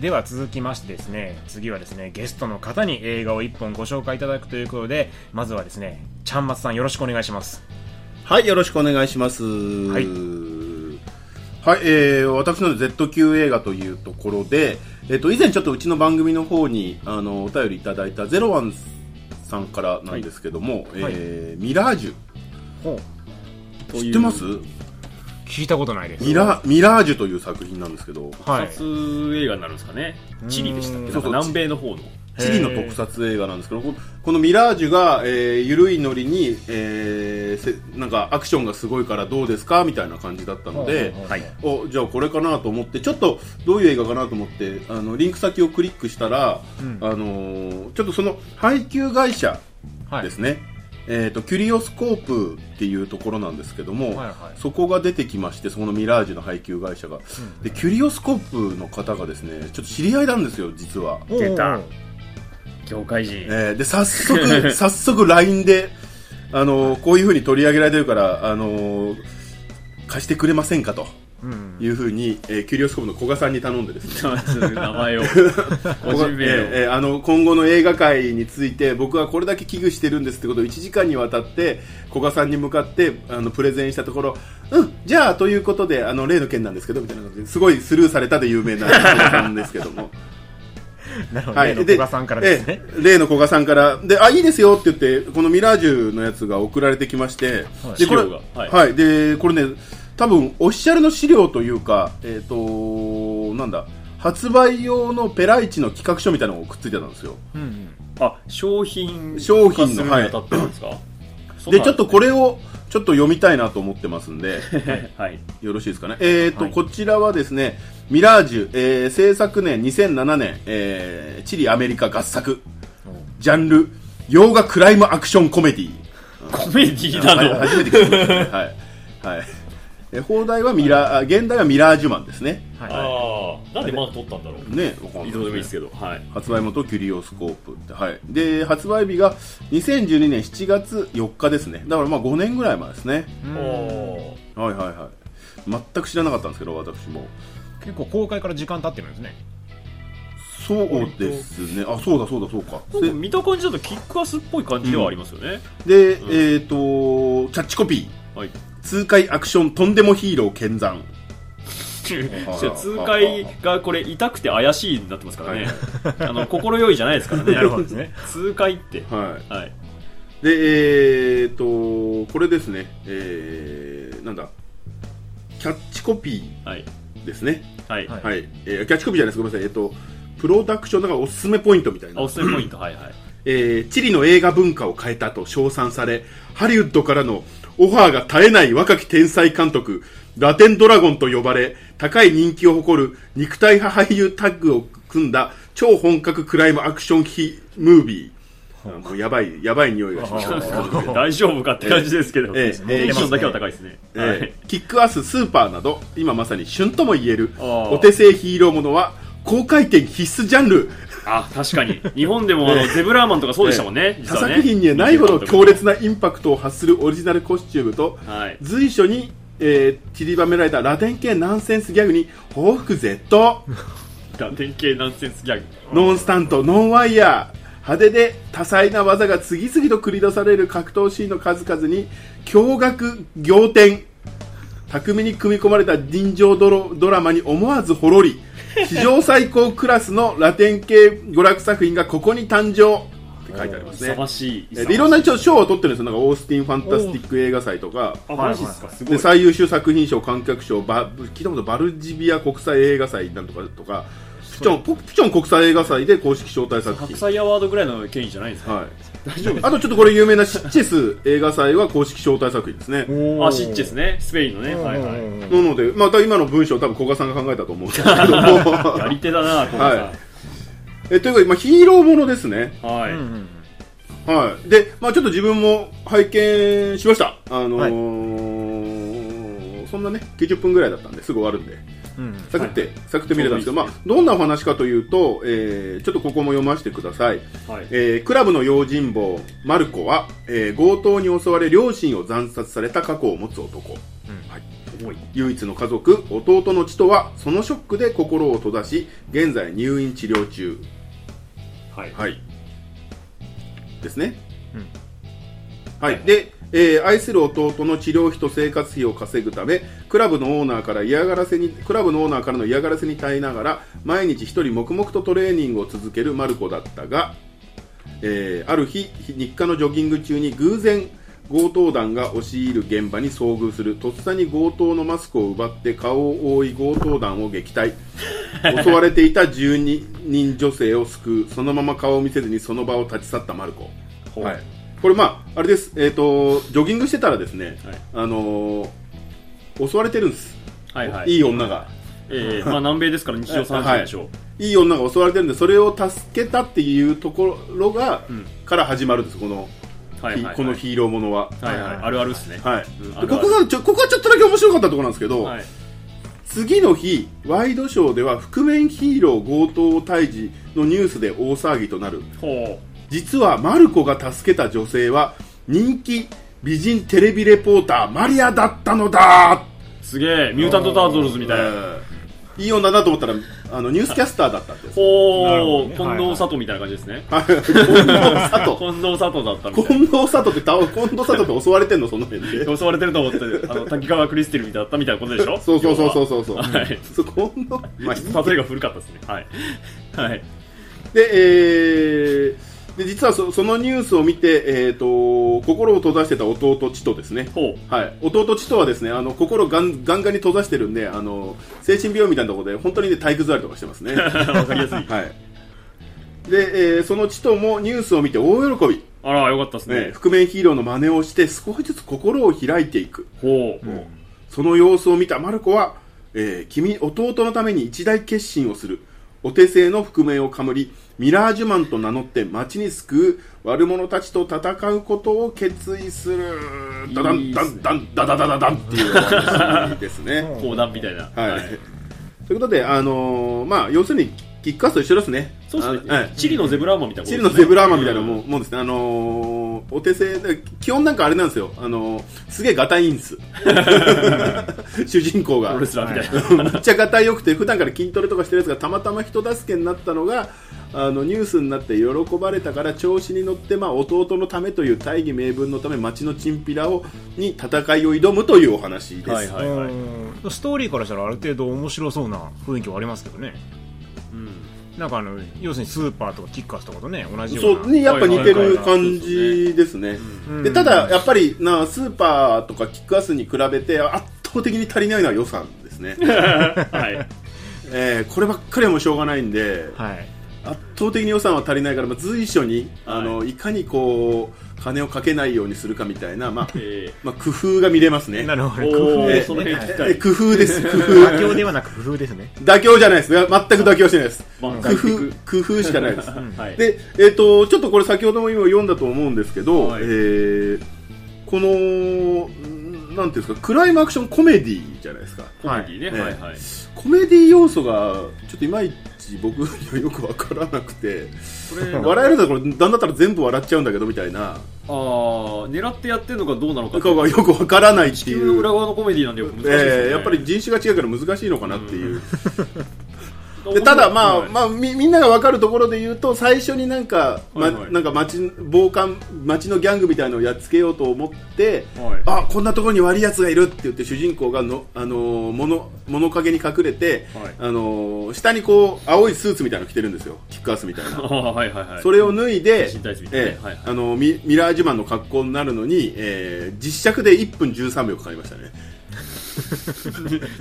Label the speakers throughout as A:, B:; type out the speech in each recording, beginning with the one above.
A: では続きましてですね次はですねゲストの方に映画を1本ご紹介いただくということでまずはですねちゃんまつさんよろしくお願いします
B: はい、よろしくお願いします。
A: い
B: はいえー私の Z 級映画というところで、えっと以前ちょっとうちの番組の方にあのお便りいただいたゼロワンさんからなんですけども、えーミラージ
A: ほ
B: ュ知ってます
A: う聞いたことないです
B: ミラミラージュという作品なんですけど、
A: はい
C: 撮映画になるんですかねチリでしたっけ
B: そ
C: な
B: うんそ
C: か
B: う
C: 南米の方の
B: チリの特撮映画なんですけどここのミラージュが、えー、ゆるいノリに、えーせなんかアクションがすごいからどうですかみたいな感じだったので、
A: はい
B: おじゃあこれかなと思ってちょっとどういう映画かなと思ってあのリンク先をクリックしたら、
A: うん
B: あのーちょっとその配給会社
A: はい
B: ですね、えー、とキュリオスコープっていうところなんですけども、
A: はいはい
B: そこが出てきましてそこのミラージュの配給会社が、
A: ん
B: でキュリオスコープの方がですねちょっと知り合いなんですよ実は、
C: 出
A: お
C: た
A: う
C: 業界人
B: えーで早 速早速 LINE で、あのーこういうふうに取り上げられてるから、あのー貸してくれませんかと
A: うん
B: いうふうに、えーキュリオスコープの古賀さんに頼んでですね
C: まず名 前を個人名
B: え
C: を
B: えええあの今後の映画界について僕はこれだけ危惧してるんですってことを1時間にわたって古賀さんに向かってあのプレゼンしたところうんじゃあということであの例の件なんですけどみたいな感じですごいスルーされたで有名な古賀さんですけども、
A: なるほど、
B: は
A: 例
B: い、
A: の古賀さんからです
B: え
A: ね、
B: え例の古賀さんからであいいですよって言ってこのミラージュのやつが送られてきまして、
A: はい
B: でこれ
C: 資料が
B: は、
C: はいい
B: でこれね多分オフィシャルの資料というかえっ、となんだ発売用のペライチの企画書みたいなのがくっついてたんですよ
A: うんうん
C: あ商品
B: 商品の
C: はいってるんですかそん
B: で
C: な
B: ちょっとこれをちょっと読みたいなと思ってますんで
C: はいはい
B: よろしいですかねえっ、と、
A: はい
B: こちらはですねミラージュ、えー制作年2007年、えーチリアメリカ合作ジャンル洋画クライムアクションコメディ
C: コメディ
B: は
C: なの
B: い初めて聞きましたねはい、はい、え放題はミラー、あ現代はミラージュマンですね
A: はいはい
C: ああなんでまだ撮ったんだろう
B: ねわかんない
C: どうでもいいですけどはい
B: 発売元キュリオスコープってはいで発売日が2012年7月4日ですねだからまあ5年ぐらい前ですね
A: うん
C: お
B: はいはいはい全く知らなかったんですけど私も
A: 結構公開から時間経ってるんですね
B: そうですねあそうだそうだそうか
C: ーなんか見た感じだとキックアスっぽい感じではありますよね、
B: で、
C: うん
B: えっ、とキャッチコピ
C: はい
B: ー痛快アクションとんでもヒーロー見山
C: じゃあ痛快がこれ痛くて怪しいになってますから ね、あの心よいじゃないですからね
A: なるほどですね
C: 痛快って
B: はい
C: はい
B: でえっ、とこれですねえー、なんだキャッチコピ
C: はい
B: ーですね
C: はい、
A: はい
B: はい、えーキャッチコピーじゃないですごめんなさいえっ、とプロダクションだからおすすめポイントみたい
C: あ
B: な
C: おすすめポイントはいはい
B: えーチリの映画文化を変えたと称賛され、ハリウッドからのオファーが絶えない若き天才監督、ラテンドラゴンと呼ばれ、高い人気を誇る肉体派俳優タッグを組んだ超本格クライムアクションヒムービー。あもうやばい、やばい匂いがします。
C: 大丈夫かって感じですけど、
B: ええええ
C: テンションだけは高いですね。
B: え
C: は
B: ー
C: い
B: キックアス、スーパーなど、今まさに旬とも言える、
C: あー
B: お手製ヒーローものは、高回転必須ジャンル。
C: あ、確かに。日本でも、あの、ゼブラーマンとかそうでしたもんね。
B: 他
C: 実はね
B: 作品にはないほど強烈なインパクトを発するオリジナルコスチュームと、
C: はい。
B: 随所に、えー散りばめられたラテン系ナンセンスギャグに報復絶倒
C: ラテン系ナンセンスギャグ。
B: ノンスタントノンワイヤー派手で多彩な技が次々と繰り出される格闘シーンの数々に驚愕仰天巧みに組み込まれた人情ドロドラマに思わずほろり史上最高クラスのラテン系娯楽作品がここに誕生って書いてありますね
C: 勇ましい。
B: えーでいろんな一応賞を取ってるんですよなんかオースティン・ファンタスティック映画祭とか
C: あ、マジっすか。すご
B: で
C: い。
B: 最優秀作品賞、観客賞バ、聞いたことバルジビア国際映画祭なんとかとか、ピチョンポピチョン国際映画祭で公式招待作
C: 白
B: 品、
C: 菜アワードぐらいの権威じゃないんですか。
B: はい、
C: 大丈夫です
B: あとちょっとこれ有名なシッチェス映画祭は公式招待作品ですね。
A: おー
C: あ、シッチですね。スペインのね。はいは
A: うん
C: い。
A: うんうん
B: なので、また今の文章、多分古賀さんが考えたと思うんですけ ども
C: やり手だな、この
B: えというか、まあ、ヒーローものですね、
C: さん。はい。
A: うんうん
B: はいでまあ、ちょっと自分も拝見しました、あのーそんなね、90分ぐらいだったんですぐ終わるんで。
A: うん
B: サクって、サクって見れたんですけど、まあ、どんなお話かというと、えーちょっとここも読ませてください。
C: はい。
B: えークラブの用心棒、マルコは、えー強盗に襲われ両親を惨殺された過去を持つ男。
A: うん
B: はい
A: おい
B: 唯一の家族弟のチトはそのショックで心を閉ざし現在入院治療中
C: はい
B: はいですね、
A: うん
B: はいで、えー愛する弟の治療費と生活費を稼ぐためクラブのオーナーから嫌がらせにクラブのオーナーからの嫌がらせに耐えながら毎日一人黙々とトレーニングを続けるマルコだったが、えーある日日課のジョギング中に偶然強盗団が押し入る現場に遭遇するとっさに強盗のマスクを奪って顔を覆い強盗団を撃 退襲われていた12人女性を救うそのまま顔を見せずにその場を立ち去ったマルコ、
C: ほう
B: はい、これまああれですえっ、とジョギングしてたらですね、
C: はい
B: あのー襲われてるんです、
C: はいはい
B: いい女が
C: えーまあ南米ですから日常三振でしょう、
B: いい女が襲われてるんでそれを助けたっていうところが、から始まるんですこの,ひ、
C: はいはいはい
B: このヒーローものは
C: はいはい、あるあるっすね。
B: はい、
C: うん
B: で
C: あるあ
B: こ
C: る
B: こがちょここはちょっとだけ面白かったところなんですけど、
C: はい。
B: 次の日ワイドショーでは覆面ヒーロー強盗退治のニュースで大騒ぎとなる
C: ほ
B: 実はマルコが助けた女性は人気美人テレビレポーターマリアだったのだ
C: う。すげえ、ミュータントタートルズみたいな。
B: いい女だと思ったらあのニュースキャスターだったんです
A: なるほ
C: ほ
A: ど
C: う、
A: ね
C: 近藤佐藤みたいな感じですね。
B: はい近
C: 近藤佐藤だったみ
B: 藤佐
C: たい
B: 藤近藤佐藤って倒近藤佐藤って襲われてんのその辺で
C: な。襲われてると思って、あの、滝川クリステルみたいだったみたいなことでしょ
B: そうそうそうそうそうそう、
C: はい
B: そう近藤
C: まあ、例えが古かったですね。はい。はい。
B: で、えーで実はそそのニュースを見て、えー、と心を閉ざしてた弟チトですね。
C: ほう。
B: はい、弟チトはですねあの心がんガンガンに閉ざしてるんであの精神病院みたいなところで本当に、ね、体育座りとかしてますね、は
C: わかりやすい。
B: いでえーそのチトもニュースを見て大喜び、
C: あら、よかったです
B: ね
C: ね。
B: 覆面ヒーローの真似をして少しずつ心を開いていく
C: ほう。
B: その様子を見たマルコは、えー君、弟のために一大決心をする。お手製の覆面をかむり、ミラージュマンと名乗って街に救う悪者たちと戦うことを決意する。ダダンダンダンダダダダダンっていうお話です ね。
C: 講談みたいな。
B: はい。ということで、あのーまあ、要するに、キックアスと一緒ですね。
C: そうです
B: あのは
C: ね
B: い。
C: チリのゼブラーマンみたいなこ
B: チ
C: とです
B: リ
C: ね。
B: のゼブラーマンみたいなもんもんですね、あのーお手製で、基本なんかあれなんですよ、あのーすげえガタイいん です、主人公
C: プ
B: が
C: ロレ、スラーみたいな。
B: むっちゃガタイよくて、普段から筋トレとかしてるやつがたまたま人助けになったのが、あのニュースになって喜ばれたから、調子に乗って、まあ、弟のためという大義名分のため、町のチンピラをに戦いを挑むというお話です。
C: はいはいはい。
A: うんストーリーからしたらある程度面白そうな雰囲気はありますけどね
C: うん
A: なんかあの要するにスーパーとかキッカーズとかとね同じよ
B: そうう
A: な
B: にやっぱ似てる感じですね。
A: うん
B: でただ、やっぱりなスーパーとかキックアスに比べて圧倒的に足りないのは予算ですね、
C: はい。
B: えーこればっかりはもうしょうがないんで
A: はい
B: 圧倒的に予算は足りないから、まあ、随所に
C: はい
B: あの、い、かにこう金をかけないようにするかみたいな、まあ
C: え
B: まあ、工夫が見れますね
A: なるほど
C: おー
A: 工夫
B: えー
A: です
C: その辺
A: ね
C: 聞きたい
B: えー工夫です工
A: 妥
B: 夫
A: 協ではなく工夫ですね
B: 妥協じゃないです全く妥協してないです
C: ー、挽
B: 工
C: 回していく。
B: 夫工夫しかないです
C: はい。
B: で、えっとちょっとこれ先ほども今読んだと思うんですけど、
C: はい
B: えーこのんなんていうんですかクライムアクションコメディじゃないですか
C: コメディね。
B: はい
C: はいはい。
B: コメディ要素がちょっといまいち僕にはよくわからなくて
C: それ、
B: 笑えるところなんだったら全部笑っちゃうんだけどみたいな
C: ああ狙ってやってるのかどうなのか
B: な
C: っ
B: ん
C: て
B: かがよくわからないって
C: 地
B: い
C: 球の
B: う
C: 裏側のコメディなんでよく難しいですよ
B: え
C: ね
B: ーやっぱり人種が違うから難しいのかなっていう、
C: うん
B: でただまあ、
C: はい
B: まあみ、みんなが分かるところで言うと最初になんか、ま
C: はいはい
B: なんか町暴漢町のギャングみたいなのをやっつけようと思って、
C: はい
B: あこんなところに悪いやつがいるって言って主人公がの、あのー物物陰に隠れて、
C: はい
B: あのー下にこう青いスーツみたいなの着てるんですよキックアスみたいな
C: ああはいはいはい
B: それを脱いで、
C: 身体みたいなね
B: ええ
C: はいはい
B: あのミミラージュマンの格好になるのに、えー実写で1分13秒かかりましたね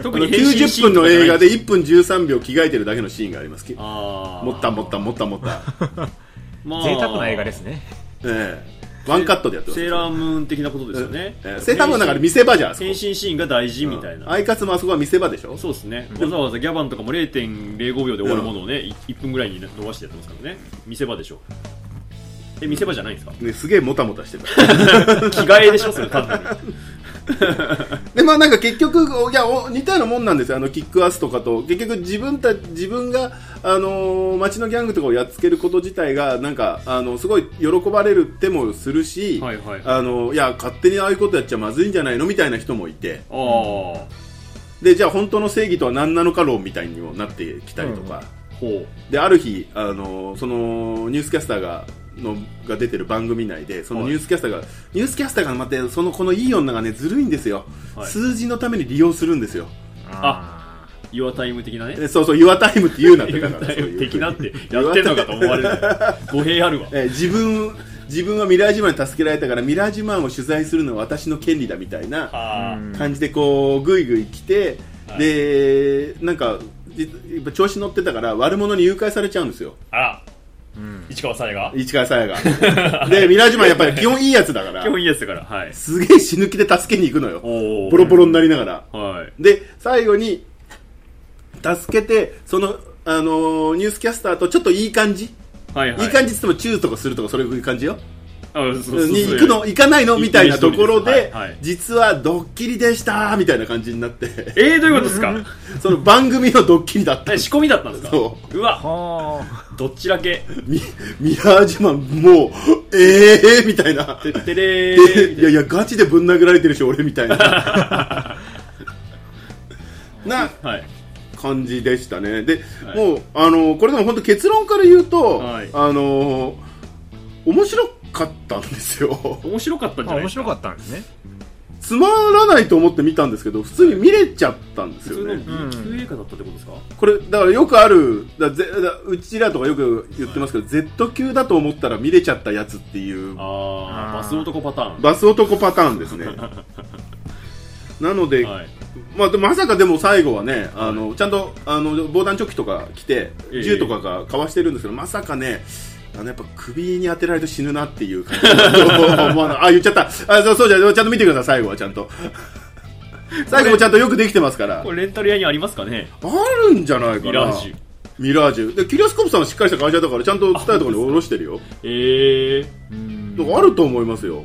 C: 特
B: あの
C: に変身
B: 90
C: シー
B: 分
C: ンと
B: の
C: かない
B: 映画で1分13秒着替えてるだけのシーンがありますき
C: ああ
B: 持った持った持った持った、
C: ま あ
A: 贅沢な映画ですね
B: ええ、ワンカットでやってます
C: セーラームーン的なことですよね
B: ええセーラームーンなんか見せ場じゃんあそこ
C: 変身変身シーンが大事みたい
B: うん
C: な
B: アイカツもあそこは見せ場でしょ
C: そうですねわざわざギャバンとかも0.05秒で終わるものをねい1分ぐらいに伸ばしてやってますからね見せ場でしょえ見せ場じゃないんで すか
B: ね、すげえもたもたして た
C: 着替えでしょそれ単なる
B: でまあなんか結局おいやお似たようなもんなんですよあのキックアスとかと結局自分た自分が、あのー街のギャングとかをやっつけること自体がなんかあのすごい喜ばれる手もするし、
C: はいはい
B: あのいや勝手にああいうことやっちゃまずいんじゃないのみたいな人もいて
C: ああ
B: でじゃあ本当の正義とは何なのか論みたいにもなってきたりとか、
C: ほ
B: である日あのそのニュースキャスターがのが出てる番組内でその
C: はい
B: ニュースキャスターが、ニュースキャスターがまたそのこのいい女がねずるいんですよ、
C: はい
B: 数字のために利用するんですよ
A: あ
C: う。ユアタイム的なね。
B: でそうそう「Your Time」って言うなって
C: ユ
B: だ
C: ア
B: から
C: タ
B: そう
C: イム
B: いう
C: 的なってやってんのかと思われる。語弊あるわ。
B: えー自分自分はミラージュマンに助けられたからミラージュマンを取材するのは私の権利だみたいな
C: あ
A: うん
B: 感じでこうぐいぐい来て、
C: はい
B: でなんかじやっぱ調子乗ってたから悪者に誘拐されちゃうんですよ
C: あ。あら。
A: うん
C: 市川さやが。
B: 市川さや がでミラージュマンやっぱり基本いいやつだから
C: 基本いいやつだから。はい。
B: すげえ死ぬ気で助けに行くのよ
C: おお。
B: ボロボロになりながら
C: はい。
B: で最後に助けてその、あのーニュースキャスターとちょっといい感じ、
C: はいは
B: い、
C: い。
B: い感じっつってもチューとかするとかそういう感じよ
C: あそうそうそう
B: に行くの行かないの
C: い
B: みたいなところ
C: いい
B: で、
C: 人はいはい
B: 実はドッキリでしたみたいな感じになって
C: えー、どういうことですか
B: その番組のドッキリだった
C: え仕込みだったんですか
B: そう
C: わ、
A: は
C: どっちだけ。
B: ミミラージュマンもうええー、みたいな
C: てってれー。み
B: い
C: たい
B: やいやガチでぶん殴られてるし俺み たいなな
C: なはい。
B: 感じでしたねで、
C: はい
B: もうあのこれでも本当結論から言うと、
C: はい
B: あの面白かったんですよ
C: 面白かったんじ
A: あ
C: ゃない
A: 面
C: ですか
A: 白かったんですね
B: つまらないと思って見たんですけど普通に見れちゃったんです
C: 普
B: よ
C: 通
B: ね
C: の B 級映画だったってことですか、
B: これだからよくあるだぜだうちらとかよく言ってますけど、Z 級だと思ったら見れちゃったやつっていう
C: ああ、
A: あー
C: バス男パターン。
B: バス男パターンです ねなので、
C: はい。
B: まあ、でもまさかでも最後はねあのちゃんとあの防弾チョッキとか着て
C: ええ
B: 銃とかがかわしてるんですけど、まさかねあのやっぱ首に当てられると死ぬなっていう 感じ思わないあ言っちゃったあそうそうじゃないちゃんと見てください最後はちゃん と最後もちゃんとよくできてますから
C: これレンタル屋にありますかね
B: あるんじゃないかな
C: ミラージュ。
B: ミラージュでキリアスコープさんはしっかりした会社だからちゃんと伝えたところに下ろしてるよ
C: ええ
A: うん
B: だからあると思いますよ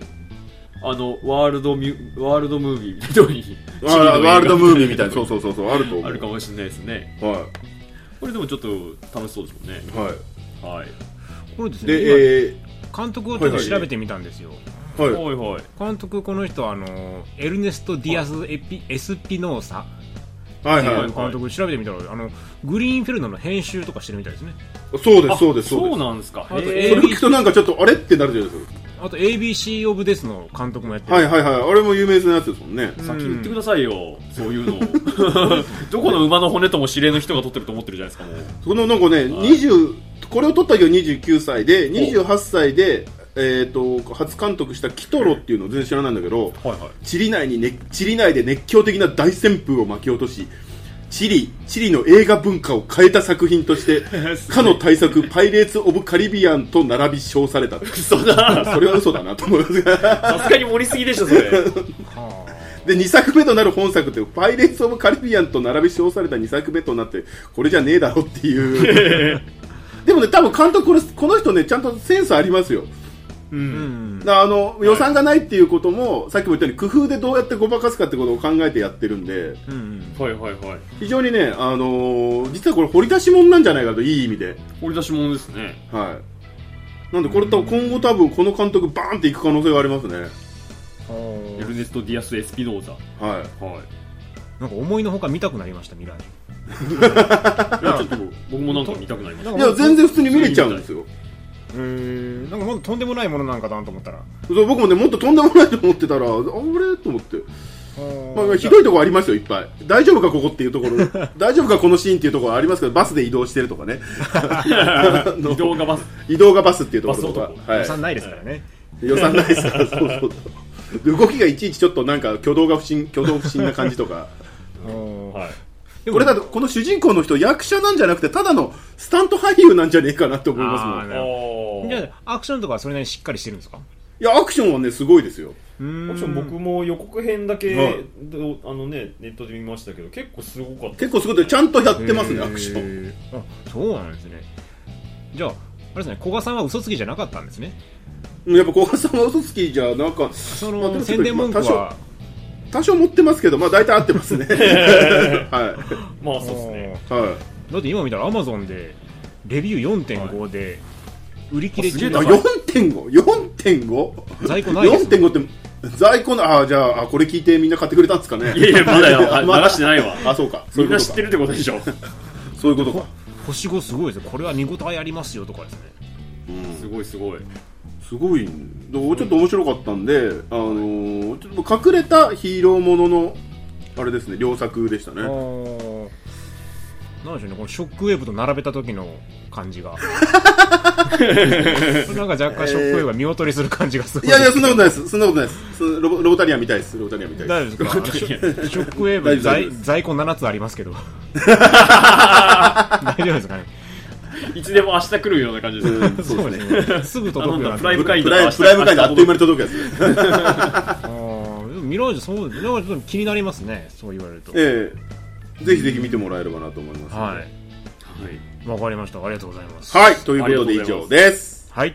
C: あの、ワールドミュ、ワールドムービーみたいなとこに。 チリの映画
B: ワーワールドムービーみたいな そうそうそうそうあると思う
C: あるかもしれないですね。
B: はい
C: これでもちょっと楽しそうですもんね。
B: はい
C: はい。
A: これですね今
B: でえ
A: 監督をちょっと調べてみたんですよ、
B: ーはい
C: はいはい。
A: 監督この人はあのエルネスト・ディアス・エピエスピノーサ
B: はいはい
A: 監督調べてみたらあのグリーンフェルノの編集とかしてるみたいですね
B: そうで
C: あ
B: すそうですそうです
C: なんですか。
A: あと
C: へ
B: それ
A: え
B: 聞くとなんかちょっとあれってなるじゃないですか
A: あと ABC オブデスの監督もやってる、
B: はいはいはいあれも有名なやつですもんね
A: うん
C: 先言ってくださいよ、そういうの どこの馬の骨とも知れぬ人が取ってると思ってるじゃないですかもう
B: そのなんかね20これを撮った時は29歳で28歳でえー、と初監督したキトロっていうのを全然知らないんだけど、
C: はいはい
B: チリ内に、ね、チリ内で熱狂的な大旋風を巻き落としチリチリの映画文化を変えた作品としてかの大作「パイレーツ・オブ・カリビアン」と並び称された
C: クソだ
B: それは嘘だなと思いますが
C: さすがに盛りすぎでしょそれ
A: は
B: で2作目となる本作って「パイレーツ・オブ・カリビアン」と並び称された2作目となってこれじゃねえだろっていう でもね多分監督これこの人ねちゃんとセンスありますよ
C: う
A: あうんん
B: だからあの予算がないっていうことも、さっきも言ったように工夫でどうやってごまかすかってことを考えてやってるんで
A: うん
C: はいはいはい
B: 非常にね、あのー実はこれ掘り出し物なんじゃないかといい意味で、
C: 掘り出し物ですね
B: はい、なんでこれと今後多分この監督バーンっていく可能性がありますね、
A: は
C: エ
A: あ
C: ルネスト・ディアス・エスピノーザ
B: はい、
C: はい
A: なんか思いのほか見たくなりましたミラージ
C: いやちょっと僕もなんか見たくなりまし
A: ュ
C: た
B: いや全然普通に見れちゃうんですよ
A: えー、なんかほんととんでもないものなんかだなと思ったら
B: そう僕もねもっととんでもないと思ってたらあれと思って、まあ、ひど
A: い
B: いところありますよいっぱい大丈夫かここっていうとこ ろ大丈夫かこのシーンっていうところはありますけどバスで移動してるとかねあの
C: 移動がバス
B: 移動がバスっていうところと
C: バ
B: か
C: ス男
A: 予
B: はい
A: 算ないですからね、
B: 予算ないです からそうそうそうで動きがいちいちちょっとなんか挙動が不 審挙動不審な感じとか
A: うん
C: はい
A: でも
B: これだとこの主人公の人役者なんじゃなくてただのスタント俳優なんじゃねえかなと思いますも
A: あー
B: ん
A: ね
C: お
A: じゃあアクションとかはそれなりにしっかりしてるんですか
B: いやアクションはねすごいですよ
A: うーん
C: 僕も予告編だけ、
B: はい
C: どあのねネットで見ましたけど結構すごかった
B: 結構すごいでちゃんとやってますね
A: へー
B: アクション
A: あそうなんですねじゃああれですね古賀さんは嘘つきじゃなかったんですね
B: うんやっぱ古賀さんは嘘つきじゃなんか
A: そ
B: まあで
A: の
B: も
A: 宣伝文句
B: ま
A: は、
B: あ多少多少持ってますけどまあ大体合ってます ねは
C: まあそうですね
B: いは
A: うんだって今見たらアマゾンでレビュー4.5で売り切れ
B: い
A: 中
B: あ
A: だから
B: 4.54.5
A: 在庫ないですね
B: 4.5って在庫の、あ、じゃあ、あこれ聞いてみんな買ってくれたんですかね。
C: いやいや、ま だよ。あ
B: ま
C: 流してないわ。
B: あ、そうか。そう
C: み
B: いうんこ
C: な
B: と
C: 知
B: か
C: って。るってことでしょ。
B: そういうことか。
A: 星5すごいですねこれは見応えありますよとかですね
B: うん
C: すごいすごい。
B: すごい、だからちょっと面白かったんで、あのーちょっと隠れたヒーローものの、あれですね、良作でした
A: あ
B: ね。
A: ーなんでしょうねこのショックウェーブと並べた時の感じ がなんか若干ショックウェーブが見劣りする感じがすごい
B: いやいや、そんなことないです。そんなことないです。そのロボロボタリアンみたいです。ロボタリアンみたいです。
A: 大丈夫 ですかショショックウェー
B: 大
A: ブ
B: 丈夫
A: 在
B: です
A: 在庫7つあります けど大丈夫ですかね
C: いつでも明日来るような感じですね。
B: うんそうですね。
A: すねすぐ届くような
C: あのプライム会員
B: プライプライム会であっという間に届くやつね。
A: あーでもミラージュそうでもちょっと気になりますねそう言われると
B: ええぜひぜひ見てもらえればなと思います。
A: は
B: はい
C: はい。
A: わかりましたありがとうございます
B: い。ということで以上です。
A: はい